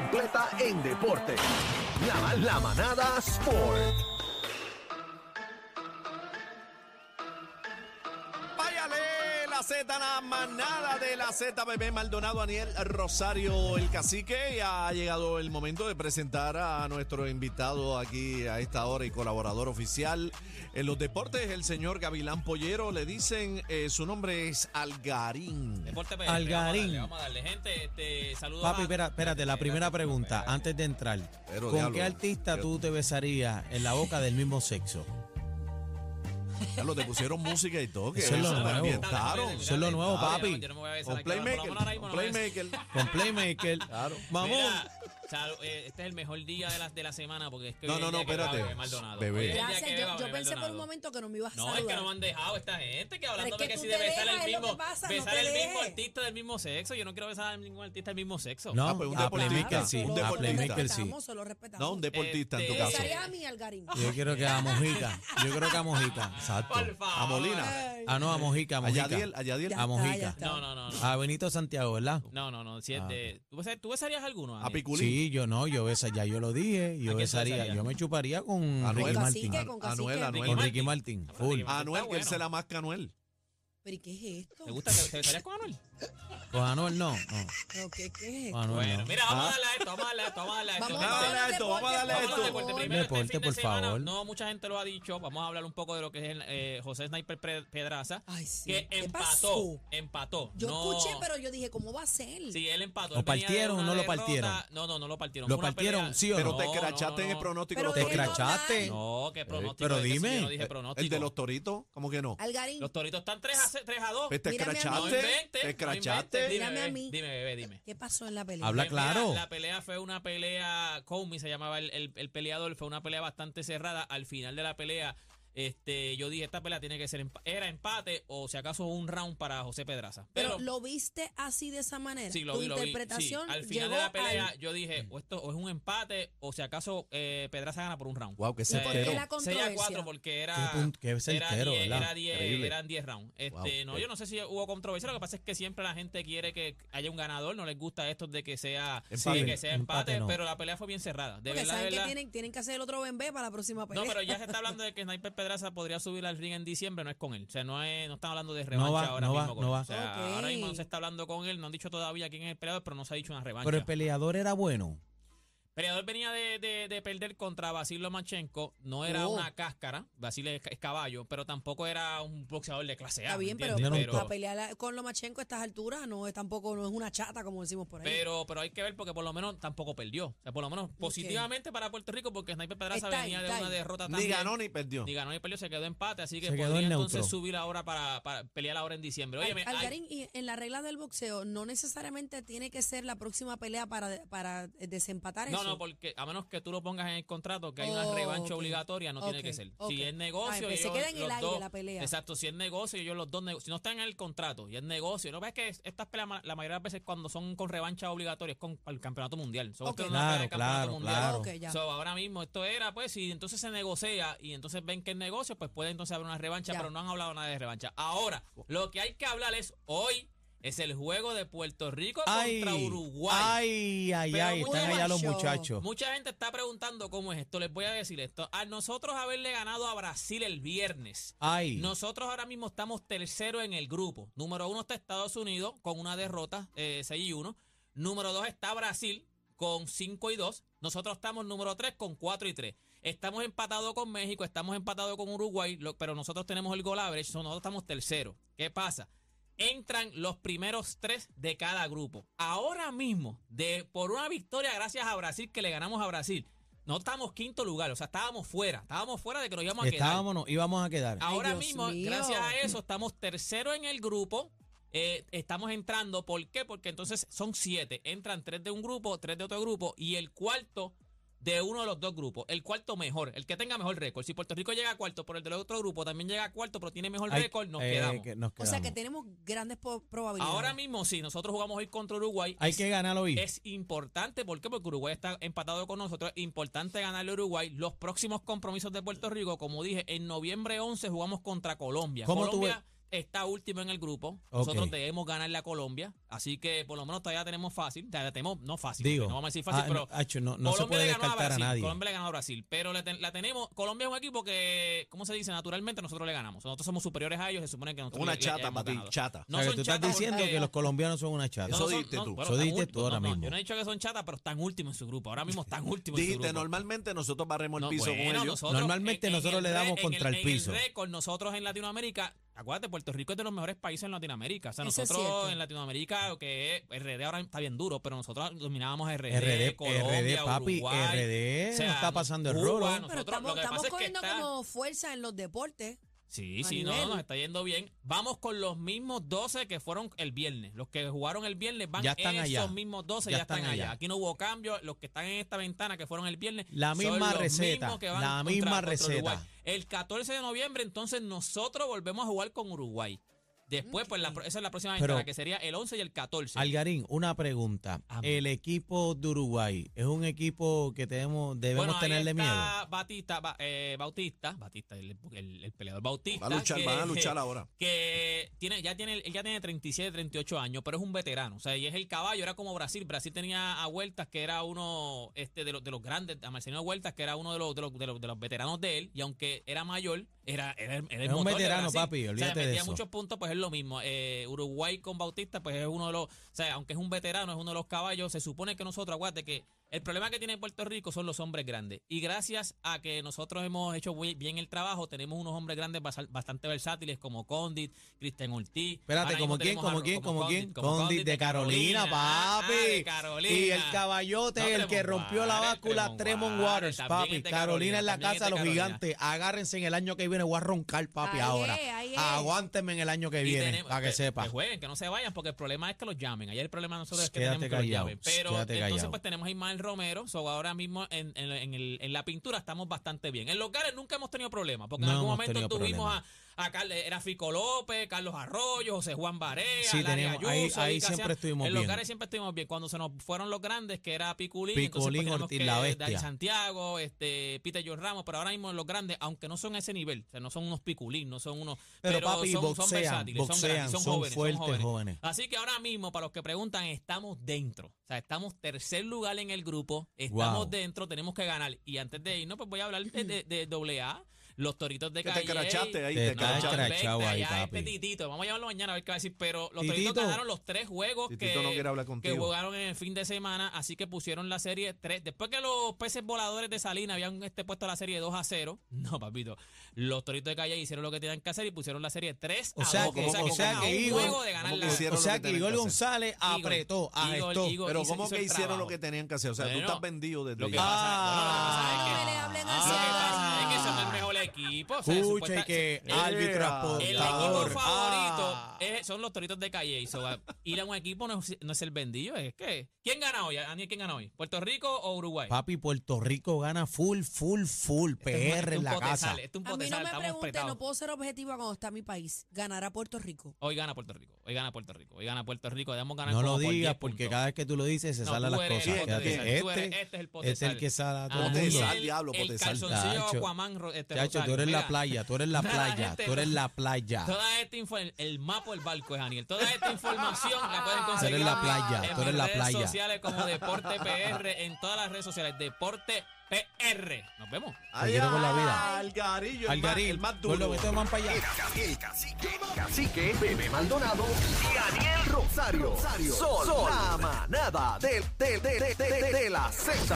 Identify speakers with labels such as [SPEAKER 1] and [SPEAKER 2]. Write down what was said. [SPEAKER 1] completa en deporte. La, la manada Sport.
[SPEAKER 2] Váyale la Z, la manada de la Z, bebé Maldonado, Daniel Rosario, el cacique. Ya ha llegado el momento de presentar a nuestro invitado aquí a esta hora y colaborador oficial en los deportes, el señor Gavilán Pollero. Le dicen, eh, su nombre es Algarín.
[SPEAKER 3] Deporte PR,
[SPEAKER 4] Algarín.
[SPEAKER 3] Vamos a darle, vamos a darle. gente. Este, saludos.
[SPEAKER 4] Papi,
[SPEAKER 3] a-
[SPEAKER 4] espera, espérate, la primera pregunta, antes de entrar.
[SPEAKER 2] Pero,
[SPEAKER 4] ¿Con
[SPEAKER 2] diablo,
[SPEAKER 4] qué artista
[SPEAKER 2] pero-
[SPEAKER 4] tú te besarías en la boca del mismo sexo?
[SPEAKER 2] Ya lo te pusieron música y todo. que
[SPEAKER 4] Eso es lo
[SPEAKER 2] te
[SPEAKER 4] nuevo.
[SPEAKER 2] ambientaron.
[SPEAKER 4] Eso es lo nuevo,
[SPEAKER 3] Dale,
[SPEAKER 4] papi.
[SPEAKER 3] no, Yo no me voy a besar
[SPEAKER 2] Con
[SPEAKER 3] aquí, por lo
[SPEAKER 2] Playmaker.
[SPEAKER 3] menos ahora mismo
[SPEAKER 2] Con
[SPEAKER 3] no me beso.
[SPEAKER 2] Playmaker.
[SPEAKER 4] Con Playmaker.
[SPEAKER 2] Claro.
[SPEAKER 4] Mamón.
[SPEAKER 3] Mira, salu- eh, este es el mejor día de la, de la semana porque es que
[SPEAKER 2] No,
[SPEAKER 3] hoy es
[SPEAKER 2] no,
[SPEAKER 3] el
[SPEAKER 2] no,
[SPEAKER 3] día que va
[SPEAKER 2] espérate.
[SPEAKER 3] Bebé Maldonado.
[SPEAKER 2] Bebé.
[SPEAKER 3] Hoy es el día
[SPEAKER 5] Gracias,
[SPEAKER 3] que
[SPEAKER 5] yo,
[SPEAKER 3] va
[SPEAKER 5] yo
[SPEAKER 3] Bebé
[SPEAKER 5] pensé por un
[SPEAKER 3] Maldonado.
[SPEAKER 5] momento que no me ibas a
[SPEAKER 3] No,
[SPEAKER 5] saludar.
[SPEAKER 3] es que no me han dejado esta gente que hablando
[SPEAKER 5] es
[SPEAKER 3] de
[SPEAKER 5] que
[SPEAKER 3] que
[SPEAKER 5] tú
[SPEAKER 3] si de
[SPEAKER 5] te
[SPEAKER 3] besar
[SPEAKER 5] dejas,
[SPEAKER 3] el
[SPEAKER 5] es lo
[SPEAKER 3] mismo,
[SPEAKER 5] que pasa, no
[SPEAKER 3] besar
[SPEAKER 5] te
[SPEAKER 3] el mismo
[SPEAKER 5] dejes.
[SPEAKER 3] artista del mismo sexo, yo no quiero besar a ningún artista del mismo sexo.
[SPEAKER 4] No,
[SPEAKER 2] Ah, pues un
[SPEAKER 4] a
[SPEAKER 2] deportista,
[SPEAKER 4] Playmaker sí.
[SPEAKER 2] un
[SPEAKER 4] a
[SPEAKER 5] Solo
[SPEAKER 2] deportista.
[SPEAKER 4] Playmaker sí.
[SPEAKER 5] respetamos, solo respetamos.
[SPEAKER 2] No, un deportista en tu
[SPEAKER 3] Este,
[SPEAKER 2] caso.
[SPEAKER 3] deportazo.
[SPEAKER 5] Besaría a mi Algarín.
[SPEAKER 4] Yo quiero que a Mojica. Yo creo que a Mojica. Exacto.
[SPEAKER 3] Por favor.
[SPEAKER 2] A Molina.
[SPEAKER 5] Ay,
[SPEAKER 4] Ah, no, a Mojica, a
[SPEAKER 2] A
[SPEAKER 4] Mojica.
[SPEAKER 2] Yadiel, a Yadiel.
[SPEAKER 4] a
[SPEAKER 5] está,
[SPEAKER 4] Mojica.
[SPEAKER 5] está.
[SPEAKER 3] No, no, no, no.
[SPEAKER 4] A Benito Santiago, ¿verdad?
[SPEAKER 3] No, no, no. Si es
[SPEAKER 4] Ah.
[SPEAKER 3] de- ¿tú, besa- ¿Tú besarías alguno?
[SPEAKER 2] A
[SPEAKER 3] Daniel?
[SPEAKER 2] Piculín.
[SPEAKER 4] Sí, yo no, yo besa, ya yo lo dije,
[SPEAKER 3] ¿A
[SPEAKER 4] yo
[SPEAKER 3] quién te
[SPEAKER 4] besaría,
[SPEAKER 3] besarías?
[SPEAKER 4] yo me chuparía con
[SPEAKER 2] Anuel.
[SPEAKER 4] Ricky
[SPEAKER 5] Cacique,
[SPEAKER 4] Martin.
[SPEAKER 5] Pues con
[SPEAKER 2] Anuel,
[SPEAKER 5] cacique.
[SPEAKER 2] Anuel.
[SPEAKER 4] Con Ricky Martin, full.
[SPEAKER 3] Martin.
[SPEAKER 2] A Anuel, que él
[SPEAKER 3] bueno.
[SPEAKER 2] se la masca a Anuel.
[SPEAKER 5] ¿Pero y qué es esto?
[SPEAKER 3] ¿Te gusta? ¿Te, te besarías con Anuel?
[SPEAKER 4] Con Anuel no, no.
[SPEAKER 5] ¿Pero qué, qué es
[SPEAKER 4] con Anuel
[SPEAKER 3] Bueno,
[SPEAKER 4] no.
[SPEAKER 3] mira, vamos a darle a esto, vamos a darle a esto, vamos a darle a esto.
[SPEAKER 5] Vamos
[SPEAKER 2] a
[SPEAKER 3] Vamos a
[SPEAKER 2] darle a esto, Ah. vamos a darle a
[SPEAKER 3] Vamos
[SPEAKER 2] esto.
[SPEAKER 3] al deporte primero, este
[SPEAKER 4] Deporte,
[SPEAKER 3] fin de
[SPEAKER 4] por
[SPEAKER 3] semana,
[SPEAKER 4] favor.
[SPEAKER 3] No, mucha gente lo ha dicho. Vamos a hablar un poco de lo que es el, eh, José Sniper Pre- Pedraza,
[SPEAKER 5] Ay, sí.
[SPEAKER 3] que
[SPEAKER 5] ¿Qué
[SPEAKER 3] empató.
[SPEAKER 5] pasó?
[SPEAKER 3] Empató.
[SPEAKER 5] Yo
[SPEAKER 3] No,
[SPEAKER 5] escuché, pero yo dije, ¿cómo va a ser?
[SPEAKER 3] Sí, él empató.
[SPEAKER 4] ¿Lo
[SPEAKER 3] Él venía de
[SPEAKER 4] partieron o
[SPEAKER 3] una
[SPEAKER 4] no lo
[SPEAKER 3] derrota.
[SPEAKER 4] partieron?
[SPEAKER 3] No, no, no lo partieron.
[SPEAKER 4] ¿Lo
[SPEAKER 3] Fue una
[SPEAKER 4] partieron,
[SPEAKER 3] pelea-
[SPEAKER 4] sí o
[SPEAKER 2] Pero
[SPEAKER 4] no?
[SPEAKER 2] te
[SPEAKER 3] no,
[SPEAKER 2] escrachaate
[SPEAKER 3] no,
[SPEAKER 2] en el
[SPEAKER 3] no.
[SPEAKER 2] pronóstico. de
[SPEAKER 5] Pero
[SPEAKER 2] los
[SPEAKER 4] ¿Te
[SPEAKER 5] déjenlo
[SPEAKER 2] toritos.
[SPEAKER 5] hablar.
[SPEAKER 4] escrachaste?
[SPEAKER 3] No, qué pronóstico.
[SPEAKER 4] pero
[SPEAKER 3] es que
[SPEAKER 4] dime.
[SPEAKER 3] si yo no dije
[SPEAKER 2] Eh,
[SPEAKER 3] pronóstico.
[SPEAKER 2] El de los toritos, ¿cómo que no?
[SPEAKER 5] Algarín,
[SPEAKER 3] Los toritos están 3 a 0. 3 a 2.
[SPEAKER 2] Pues te
[SPEAKER 5] Mírame a mí.
[SPEAKER 3] No
[SPEAKER 2] escrachaste,
[SPEAKER 3] inventes.
[SPEAKER 2] te
[SPEAKER 3] No inventes.
[SPEAKER 2] escrachaste.
[SPEAKER 3] Dime,
[SPEAKER 5] Mírame a
[SPEAKER 3] bebé,
[SPEAKER 5] mí.
[SPEAKER 3] Dime, bebé, dime.
[SPEAKER 5] ¿qué pasó en la pelea?
[SPEAKER 4] Habla
[SPEAKER 3] Pues mira,
[SPEAKER 4] claro.
[SPEAKER 3] la pelea fue una pelea, Comey se llamaba el, el- el peleador, fue una pelea bastante cerrada. Al final de la pelea, este, yo dije, esta pelea tiene que ser, empa- era empate o si acaso un round para José Pedraza.
[SPEAKER 5] Pero, ¿lo viste así de esa manera?
[SPEAKER 3] sí, lo
[SPEAKER 5] tu
[SPEAKER 3] vi, lo vi. Sí,
[SPEAKER 5] interpretación
[SPEAKER 3] al final
[SPEAKER 5] llegó
[SPEAKER 3] de la pelea,
[SPEAKER 5] al-
[SPEAKER 3] yo dije, o esto o es un empate o si acaso eh, Pedraza gana por un round.
[SPEAKER 2] Guau, qué
[SPEAKER 5] ¿Y por qué
[SPEAKER 2] certero.
[SPEAKER 5] la
[SPEAKER 3] Seis a
[SPEAKER 5] controversia?
[SPEAKER 3] 4 porque era...
[SPEAKER 4] Qué pun- qué certero,
[SPEAKER 3] diez-
[SPEAKER 4] ¿verdad?
[SPEAKER 3] era diez-
[SPEAKER 2] Increíble.
[SPEAKER 3] eran 10 rounds. Este,
[SPEAKER 2] Wow,
[SPEAKER 3] no,
[SPEAKER 2] qué-
[SPEAKER 3] yo no sé si hubo controversia. Lo que pasa es que siempre la gente quiere que haya un ganador. No les gusta esto de que sea de
[SPEAKER 2] Empate.
[SPEAKER 3] que sea empate,
[SPEAKER 4] Empate no.
[SPEAKER 3] pero la pelea fue bien cerrada. De
[SPEAKER 5] Porque
[SPEAKER 3] verdad,
[SPEAKER 5] saben
[SPEAKER 3] de
[SPEAKER 5] que
[SPEAKER 3] verdad.
[SPEAKER 5] tienen, tienen que hacer el otro bembé para la próxima pelea.
[SPEAKER 3] No, pero ya se está hablando de que Sniper Pedraza podría subir al ring en diciembre, no es con él. O sea, no, es, no están hablando de revancha
[SPEAKER 4] va,
[SPEAKER 3] ahora
[SPEAKER 4] no va,
[SPEAKER 3] mismo. con
[SPEAKER 4] no
[SPEAKER 3] él.
[SPEAKER 4] va.
[SPEAKER 3] O sea,
[SPEAKER 5] Ok.
[SPEAKER 3] ahora mismo no se está hablando con él, no han dicho todavía quién es el peleador, pero no se ha dicho una revancha.
[SPEAKER 4] Pero el peleador era bueno.
[SPEAKER 3] Peleador venía de, de- de perder contra Basil Lomachenko. No era
[SPEAKER 5] Oh.
[SPEAKER 3] una cáscara. Basil es, es caballo, pero tampoco era un boxeador de clase A.
[SPEAKER 5] Está
[SPEAKER 3] ¿me
[SPEAKER 5] bien, pero,
[SPEAKER 3] entiendes?
[SPEAKER 4] Era un
[SPEAKER 5] para
[SPEAKER 4] top.
[SPEAKER 5] pelear con Lomachenko a estas alturas no es tampoco no es una chata, como decimos por ahí.
[SPEAKER 3] Pero, pero hay que ver porque por lo menos tampoco perdió. O sea, por lo menos positivamente para Puerto Rico porque Sniper Pedraza
[SPEAKER 5] Está ahí,
[SPEAKER 3] venía de
[SPEAKER 5] está
[SPEAKER 3] una
[SPEAKER 5] ahí.
[SPEAKER 3] derrota
[SPEAKER 2] Ni
[SPEAKER 3] también.
[SPEAKER 2] ganó ni perdió.
[SPEAKER 3] Ni ganó ni perdió, se quedó empate, así que
[SPEAKER 4] Se quedó
[SPEAKER 3] podría
[SPEAKER 4] en
[SPEAKER 3] entonces
[SPEAKER 4] neutro.
[SPEAKER 3] subir ahora para, para pelear ahora en diciembre.
[SPEAKER 5] Al-
[SPEAKER 3] Oye, me- hay-
[SPEAKER 5] Algarín, y en la regla del boxeo, no necesariamente tiene que ser la próxima pelea para, para eh, desempatar
[SPEAKER 3] no,
[SPEAKER 5] eso.
[SPEAKER 3] no, porque a menos que tú lo pongas en el contrato que hay
[SPEAKER 5] Oh,
[SPEAKER 3] una revancha
[SPEAKER 5] ok.
[SPEAKER 3] obligatoria, no
[SPEAKER 5] Ok,
[SPEAKER 3] tiene que ser.
[SPEAKER 5] ok.
[SPEAKER 3] Si es
[SPEAKER 5] Ah,
[SPEAKER 3] negocio,
[SPEAKER 5] pues se
[SPEAKER 3] ellos
[SPEAKER 5] queda en el
[SPEAKER 3] los
[SPEAKER 5] aire
[SPEAKER 3] dos-
[SPEAKER 5] la pelea.
[SPEAKER 3] Exacto, si es negocio, ellos los dos, nego- si no están en el contrato y es negocio, no ves que es- estas peleas ma- la mayoría de las veces cuando son con revancha obligatoria es con para el campeonato mundial. Son
[SPEAKER 5] Ok.
[SPEAKER 3] ustedes una pelea de
[SPEAKER 4] Claro,
[SPEAKER 3] campeonato
[SPEAKER 4] claro,
[SPEAKER 3] mundial.
[SPEAKER 4] claro.
[SPEAKER 5] Ok, ya.
[SPEAKER 3] So, ahora mismo esto era, pues, si entonces se negocia y entonces ven que el negocio, pues puede entonces haber una revancha,
[SPEAKER 5] Ya.
[SPEAKER 3] pero no han hablado nada de revancha. Ahora, lo que hay que hablar es hoy es el juego de Puerto Rico
[SPEAKER 4] Ay,
[SPEAKER 3] contra Uruguay.
[SPEAKER 4] ay, ay,
[SPEAKER 3] Pero
[SPEAKER 4] ay,
[SPEAKER 3] mucho
[SPEAKER 4] están allá los
[SPEAKER 5] macho.
[SPEAKER 4] muchachos.
[SPEAKER 3] Mucha gente está preguntando cómo es esto. Les voy a decir esto. A nosotros haberle ganado a Brasil el viernes.
[SPEAKER 4] Ay,
[SPEAKER 3] Nosotros ahora mismo estamos tercero en el grupo. Número uno está Estados Unidos con una derrota, eh, 6 y 1. Número dos está Brasil con 5 y 2. Nosotros estamos número 3 con 4 y 3. Estamos empatados con México, estamos empatados con Uruguay, lo- pero nosotros tenemos el goal average, so nosotros estamos tercero. ¿Qué pasa? Entran los primeros tres de cada grupo. Ahora mismo, de, por una victoria gracias a Brasil, que le ganamos a Brasil, no estamos quinto lugar, o sea, estábamos fuera, estábamos fuera de que nos íbamos a quedar.
[SPEAKER 4] estábamos, no, íbamos a quedar.
[SPEAKER 3] Ahora
[SPEAKER 5] Dios
[SPEAKER 3] mismo,
[SPEAKER 5] mío.
[SPEAKER 3] gracias a eso, estamos tercero en el grupo. Eh, estamos entrando, ¿por qué? Porque entonces son siete. Entran tres de un grupo, tres de otro grupo y el cuarto de uno de los dos grupos. El cuarto mejor, el que tenga mejor récord. Si Puerto Rico llega a cuarto, pero el del otro grupo también llega a cuarto, pero tiene mejor
[SPEAKER 4] Ay,
[SPEAKER 3] récord, nos
[SPEAKER 4] eh,
[SPEAKER 3] quedamos.
[SPEAKER 4] que nos
[SPEAKER 5] o sea
[SPEAKER 4] quedamos.
[SPEAKER 5] que tenemos grandes po- probabilidades.
[SPEAKER 3] Ahora mismo, sí, nosotros jugamos hoy contra Uruguay.
[SPEAKER 4] Hay que ganar hoy.
[SPEAKER 3] Es importante, ¿por qué? Porque Uruguay está empatado con nosotros. Es importante ganarle a Uruguay. Los próximos compromisos de Puerto Rico, como dije, en noviembre 11 jugamos contra Colombia.
[SPEAKER 4] ¿Cómo tú
[SPEAKER 3] Colombia está último en el grupo.
[SPEAKER 4] Ok.
[SPEAKER 3] Nosotros debemos ganarle a Colombia. Así que por lo menos todavía tenemos fácil. O sea, la tenemos, no fácil,
[SPEAKER 4] Digo,
[SPEAKER 3] porque no vamos a decir fácil,
[SPEAKER 4] ah,
[SPEAKER 3] pero
[SPEAKER 4] no, acho, no, no se puede
[SPEAKER 3] le ganó a
[SPEAKER 4] descartar a,
[SPEAKER 3] Brasil,
[SPEAKER 4] nadie.
[SPEAKER 3] Colombia le ganó a Brasil, pero le ten- la tenemos. Colombia es un equipo que, ¿cómo se dice? Naturalmente nosotros le ganamos. Nosotros somos superiores a ellos, se supone que nosotros
[SPEAKER 2] Una
[SPEAKER 3] le- le
[SPEAKER 2] chata,
[SPEAKER 3] hemos
[SPEAKER 2] Mati,
[SPEAKER 3] ganado.
[SPEAKER 2] chata.
[SPEAKER 4] o sea, que
[SPEAKER 3] son
[SPEAKER 4] tú estás
[SPEAKER 3] chatas
[SPEAKER 4] diciendo
[SPEAKER 3] porque-
[SPEAKER 4] que los colombianos son una
[SPEAKER 3] no,
[SPEAKER 4] chata.
[SPEAKER 2] Eso
[SPEAKER 3] no son-
[SPEAKER 2] dijiste
[SPEAKER 3] no,
[SPEAKER 2] tú.
[SPEAKER 3] bueno,
[SPEAKER 4] Eso
[SPEAKER 3] están
[SPEAKER 4] dijiste
[SPEAKER 3] últimos.
[SPEAKER 4] tú
[SPEAKER 3] No,
[SPEAKER 4] ahora
[SPEAKER 3] no,
[SPEAKER 4] mismo.
[SPEAKER 3] Yo no he dicho que son chatas, pero están últimos en su grupo. Ahora mismo están últimos en su
[SPEAKER 2] Dijiste,
[SPEAKER 3] grupo.
[SPEAKER 2] normalmente nosotros barremos
[SPEAKER 3] No,
[SPEAKER 2] el piso
[SPEAKER 3] bueno,
[SPEAKER 2] con ellos.
[SPEAKER 3] nosotros-
[SPEAKER 4] Normalmente nosotros
[SPEAKER 3] el
[SPEAKER 4] le
[SPEAKER 3] re-
[SPEAKER 4] damos
[SPEAKER 3] en
[SPEAKER 4] contra el piso.
[SPEAKER 3] En el récord, nosotros en Latinoamérica, acuérdate, Puerto Rico es de los mejores países en Latinoamérica. O sea,
[SPEAKER 5] Eso es cierto.
[SPEAKER 3] nosotros en Latinoamérica, lo que es RD ahora está bien duro, pero nosotros dominábamos RD,
[SPEAKER 4] RD,
[SPEAKER 3] Colombia,
[SPEAKER 4] RD, papi,
[SPEAKER 3] Uruguay.
[SPEAKER 4] RD
[SPEAKER 3] O sea,
[SPEAKER 4] no está pasando el
[SPEAKER 3] Cuba,
[SPEAKER 4] rolo.
[SPEAKER 3] nosotros-
[SPEAKER 5] Pero
[SPEAKER 3] lo
[SPEAKER 5] estamos,
[SPEAKER 3] que
[SPEAKER 5] estamos
[SPEAKER 3] pasa es que
[SPEAKER 5] cogiendo
[SPEAKER 3] está-
[SPEAKER 5] como fuerza en los deportes.
[SPEAKER 3] Sí,
[SPEAKER 5] a
[SPEAKER 3] sí, no,
[SPEAKER 5] nivel.
[SPEAKER 3] nos está yendo bien. Vamos con los mismos 12 que fueron el viernes. Los que jugaron el viernes van
[SPEAKER 4] Ya están
[SPEAKER 3] esos
[SPEAKER 4] allá.
[SPEAKER 3] mismos 12, ya,
[SPEAKER 4] Ya
[SPEAKER 3] están,
[SPEAKER 4] están
[SPEAKER 3] allá.
[SPEAKER 4] allá.
[SPEAKER 3] Aquí no hubo cambio. Los que están en esta ventana que fueron el viernes.
[SPEAKER 4] La
[SPEAKER 3] son
[SPEAKER 4] misma
[SPEAKER 3] los
[SPEAKER 4] receta,
[SPEAKER 3] mismos que van
[SPEAKER 4] la
[SPEAKER 3] contra-
[SPEAKER 4] misma
[SPEAKER 3] contra
[SPEAKER 4] receta.
[SPEAKER 3] Uruguay. El 14 de noviembre, entonces nosotros volvemos a jugar con Uruguay. Después, pues
[SPEAKER 5] Mm.
[SPEAKER 3] la pro- esa es la próxima
[SPEAKER 4] Pero-
[SPEAKER 3] ventana, que sería el 11 y el 14.
[SPEAKER 4] Algarín, una pregunta.
[SPEAKER 3] Amén.
[SPEAKER 4] El equipo de Uruguay es un equipo que tenemos, debemos
[SPEAKER 3] bueno, ahí
[SPEAKER 4] tenerle
[SPEAKER 3] está
[SPEAKER 4] miedo.
[SPEAKER 3] Batista, Ba- eh, Bautista, Batista, el, el- el peleador Bautista.
[SPEAKER 2] Van a luchar,
[SPEAKER 3] que-
[SPEAKER 2] van a luchar ahora.
[SPEAKER 3] que tiene, ya tiene, él ya tiene 37, 38 años, pero es un veterano. O sea, y es el caballo, era como Brasil. Brasil tenía a Huertas, que era uno este, de, los, de los grandes, a Marcelino Huertas, que era uno de los, de los, de los, de los veteranos de él, y aunque era mayor, era, era, el- era el
[SPEAKER 4] Es un
[SPEAKER 3] motor de
[SPEAKER 4] veterano,
[SPEAKER 3] Brasil.
[SPEAKER 4] papi,
[SPEAKER 3] o
[SPEAKER 4] olvídate
[SPEAKER 3] sea,
[SPEAKER 4] de
[SPEAKER 3] metía
[SPEAKER 4] eso.
[SPEAKER 3] muchos puntos, pues es lo mismo. Eh, Uruguay con Bautista, pues es uno de los, o sea, aunque es un veterano, es uno de los caballos. Se supone que nosotros, aguante, que el problema que tiene Puerto Rico son los hombres grandes. Y gracias a que nosotros hemos hecho muy bien el trabajo, tenemos unos hombres grandes basa- bastante versátiles como Condit, Cristian Ortiz.
[SPEAKER 4] Espérate,
[SPEAKER 3] Ahora
[SPEAKER 4] ¿como
[SPEAKER 3] mismo
[SPEAKER 4] quién?
[SPEAKER 3] tenemos a
[SPEAKER 4] ¿Como
[SPEAKER 3] Ro-
[SPEAKER 4] quién? ¿Como quién?
[SPEAKER 3] como
[SPEAKER 4] Condit de Carolina,
[SPEAKER 3] Ah,
[SPEAKER 4] papi.
[SPEAKER 3] de Carolina.
[SPEAKER 4] Y el caballote,
[SPEAKER 3] No,
[SPEAKER 4] el que
[SPEAKER 3] Tremont
[SPEAKER 4] rompió la
[SPEAKER 3] Waters,
[SPEAKER 4] báscula,
[SPEAKER 3] Tremont
[SPEAKER 4] Tremont
[SPEAKER 3] Waters,
[SPEAKER 4] Waters,
[SPEAKER 3] también
[SPEAKER 4] papi.
[SPEAKER 3] es de
[SPEAKER 4] Carolina en la
[SPEAKER 3] también es
[SPEAKER 4] casa de
[SPEAKER 3] de
[SPEAKER 4] los
[SPEAKER 3] Carolina.
[SPEAKER 4] gigantes. Agárrense en el año que viene, voy a roncar, papi,
[SPEAKER 5] Ahí
[SPEAKER 4] ahora.
[SPEAKER 5] es, ahí es.
[SPEAKER 4] Aguántenme en el año que
[SPEAKER 3] Y
[SPEAKER 4] viene,
[SPEAKER 3] tenemos-
[SPEAKER 4] para que, sepa.
[SPEAKER 3] Que jueguen, que no se vayan, porque el problema es que los llamen. Ayer el problema de nosotros es que
[SPEAKER 4] Quédate
[SPEAKER 3] tenemos que los
[SPEAKER 4] callado,
[SPEAKER 3] llamen. Pero
[SPEAKER 4] quédate
[SPEAKER 3] entonces
[SPEAKER 4] callado.
[SPEAKER 3] pues tenemos a Ismael Romero. So, ahora mismo en, en- en el- en la pintura estamos bastante bien. En los gares nunca hemos tenido problemas, porque
[SPEAKER 4] No
[SPEAKER 3] en algún
[SPEAKER 4] hemos
[SPEAKER 3] momento
[SPEAKER 4] tenido
[SPEAKER 3] tuvimos
[SPEAKER 4] problemas.
[SPEAKER 3] a, a Carl- era Fico López, Carlos Arroyo, José Juan Barea,
[SPEAKER 4] Sí,
[SPEAKER 3] Larry
[SPEAKER 4] teníamos- ahí-
[SPEAKER 3] Ayuso,
[SPEAKER 4] ahí
[SPEAKER 3] Erika
[SPEAKER 4] siempre
[SPEAKER 3] Sean.
[SPEAKER 4] estuvimos
[SPEAKER 3] En los
[SPEAKER 4] bien.
[SPEAKER 3] gares siempre estuvimos bien. Cuando se nos fueron los grandes, que era Piculín,
[SPEAKER 4] Piculín,
[SPEAKER 3] entonces, pues,
[SPEAKER 4] Ortiz,
[SPEAKER 3] tenemos
[SPEAKER 4] la
[SPEAKER 3] que
[SPEAKER 4] bestia.
[SPEAKER 3] Dani Santiago, este, Peter George Ramos, pero ahora mismo en los grandes, aunque no son a ese nivel, o sea, no son unos Piculín, no son unos
[SPEAKER 4] Pero, papi,
[SPEAKER 3] son, son
[SPEAKER 4] boxean,
[SPEAKER 3] versátiles, son,
[SPEAKER 4] boxean,
[SPEAKER 3] grandes, son,
[SPEAKER 4] son
[SPEAKER 3] jóvenes,
[SPEAKER 4] fuertes,
[SPEAKER 3] son jóvenes.
[SPEAKER 4] jóvenes.
[SPEAKER 3] Así que ahora mismo, para los que preguntan, estamos dentro. O sea, estamos tercer lugar en el grupo, estamos
[SPEAKER 4] Wow.
[SPEAKER 3] dentro, tenemos que ganar. Y antes de irnos, pues voy a hablar de, de, de AA, los toritos de
[SPEAKER 2] Que
[SPEAKER 3] Calle.
[SPEAKER 2] te crachaste ahí,
[SPEAKER 4] Te
[SPEAKER 2] te
[SPEAKER 4] está
[SPEAKER 2] crachaste.
[SPEAKER 4] escrachado. crachao ahí,
[SPEAKER 3] ya este
[SPEAKER 4] papi.
[SPEAKER 3] titito, vamos a llamarlo mañana a ver qué va a decir, pero los toritos
[SPEAKER 4] Titito.
[SPEAKER 3] ganaron los tres juegos que,
[SPEAKER 2] Titito no quiere hablar
[SPEAKER 3] que
[SPEAKER 2] contigo.
[SPEAKER 3] jugaron en el fin de semana, así que pusieron la serie 3. Después que los peces voladores de Salina habían este, puesto la serie 2 a 0, no, papito, los toritos de calle hicieron lo que tenían que hacer y pusieron la serie 3
[SPEAKER 4] O
[SPEAKER 3] a
[SPEAKER 4] sea
[SPEAKER 3] 2.
[SPEAKER 4] que- o sea
[SPEAKER 3] están a
[SPEAKER 4] que
[SPEAKER 3] un
[SPEAKER 4] Igor-
[SPEAKER 3] juego de ganar
[SPEAKER 2] ¿cómo
[SPEAKER 3] la.
[SPEAKER 2] hicieron
[SPEAKER 4] O
[SPEAKER 2] lo
[SPEAKER 4] sea
[SPEAKER 2] que
[SPEAKER 4] que
[SPEAKER 2] tenían
[SPEAKER 4] Igor
[SPEAKER 2] que hacer.
[SPEAKER 4] González
[SPEAKER 3] Igor,
[SPEAKER 4] apretó,
[SPEAKER 3] Igor,
[SPEAKER 4] agestó.
[SPEAKER 3] Igor
[SPEAKER 2] Pero
[SPEAKER 3] hizo-
[SPEAKER 2] ¿cómo
[SPEAKER 3] hizo
[SPEAKER 2] que
[SPEAKER 3] el
[SPEAKER 2] hicieron lo
[SPEAKER 3] trabajo.
[SPEAKER 2] que tenían que hacer? O sea, tú
[SPEAKER 3] Bueno,
[SPEAKER 2] estás vendido desde
[SPEAKER 3] Lo que
[SPEAKER 2] ya.
[SPEAKER 3] pasa,
[SPEAKER 4] Ah.
[SPEAKER 5] Ay,
[SPEAKER 3] bueno,
[SPEAKER 5] no
[SPEAKER 3] lo
[SPEAKER 5] le
[SPEAKER 3] Ah, que
[SPEAKER 5] hablen
[SPEAKER 3] pasa es que- lo
[SPEAKER 5] así
[SPEAKER 3] que
[SPEAKER 5] a
[SPEAKER 3] pasa es que son
[SPEAKER 5] Dallas.
[SPEAKER 3] el mejor equipo. o sea,
[SPEAKER 4] Escucha
[SPEAKER 3] supuesta-
[SPEAKER 4] y que
[SPEAKER 3] el-
[SPEAKER 4] árbitro Ah,
[SPEAKER 3] El
[SPEAKER 4] apuntador.
[SPEAKER 3] equipo favorito es- son los toritos de calle. Y so, a- ir a un equipo no es, no es el vendido, es que. ¿Quién gana hoy? Daniel, ¿quién gana hoy? ¿Puerto Rico o Uruguay?
[SPEAKER 4] Papi, Puerto Rico gana full, full, full. PR
[SPEAKER 3] Este es un- este es
[SPEAKER 4] en
[SPEAKER 3] un
[SPEAKER 4] la casa.
[SPEAKER 3] potesal, este es un
[SPEAKER 5] A mí no
[SPEAKER 3] potesal,
[SPEAKER 5] me
[SPEAKER 3] estamos
[SPEAKER 5] pregunten,
[SPEAKER 3] apretados.
[SPEAKER 5] no puedo ser objetiva cuando está mi país. Ganará Puerto Rico.
[SPEAKER 3] Hoy gana Puerto Rico, hoy gana Puerto Rico, hoy gana Puerto Rico, debemos ganar
[SPEAKER 4] No
[SPEAKER 3] como
[SPEAKER 4] lo
[SPEAKER 3] por 10
[SPEAKER 4] digas porque
[SPEAKER 3] puntos.
[SPEAKER 4] cada vez que tú lo dices se
[SPEAKER 3] No,
[SPEAKER 4] salen
[SPEAKER 3] tú
[SPEAKER 4] las
[SPEAKER 3] eres
[SPEAKER 4] cosas.
[SPEAKER 3] el
[SPEAKER 4] Quédate.
[SPEAKER 2] potesal,
[SPEAKER 3] tú eres- este es
[SPEAKER 4] Este,
[SPEAKER 3] el Ah,
[SPEAKER 4] este es
[SPEAKER 3] potesal.
[SPEAKER 4] el que sale a todo el mundo.
[SPEAKER 2] Potesal,
[SPEAKER 3] este el-
[SPEAKER 2] diablo,
[SPEAKER 3] el
[SPEAKER 2] potesal.
[SPEAKER 3] calzoncillo
[SPEAKER 4] Chacho.
[SPEAKER 3] Aquaman, ro- este,
[SPEAKER 4] Chacho, tú
[SPEAKER 3] Rosario,
[SPEAKER 4] eres
[SPEAKER 3] mira.
[SPEAKER 4] la playa, tú eres la
[SPEAKER 3] Nada,
[SPEAKER 4] playa,
[SPEAKER 3] gente,
[SPEAKER 4] tú eres
[SPEAKER 3] no.
[SPEAKER 4] la playa.
[SPEAKER 3] Toda esta info- el, el mapa del barco es Daniel. Toda esta información la pueden
[SPEAKER 4] Tú
[SPEAKER 3] conseguir
[SPEAKER 4] eres la playa,
[SPEAKER 3] en
[SPEAKER 4] tú eres
[SPEAKER 3] mis
[SPEAKER 4] la
[SPEAKER 3] redes
[SPEAKER 4] playa.
[SPEAKER 3] sociales como Deporte PR, en todas las redes sociales, Deporte PR. Nos vemos.
[SPEAKER 4] Te quiero con la vida.
[SPEAKER 2] Algarillo, el más-
[SPEAKER 4] Algarín,
[SPEAKER 2] el más
[SPEAKER 4] ponlo,
[SPEAKER 2] duro.
[SPEAKER 4] vete, van para allá.
[SPEAKER 1] El cacique, el cacique, cacique, Bebé Maldonado y Daniel Rosario. Rosario. Son la manada de, de, de, de, de, de la Z.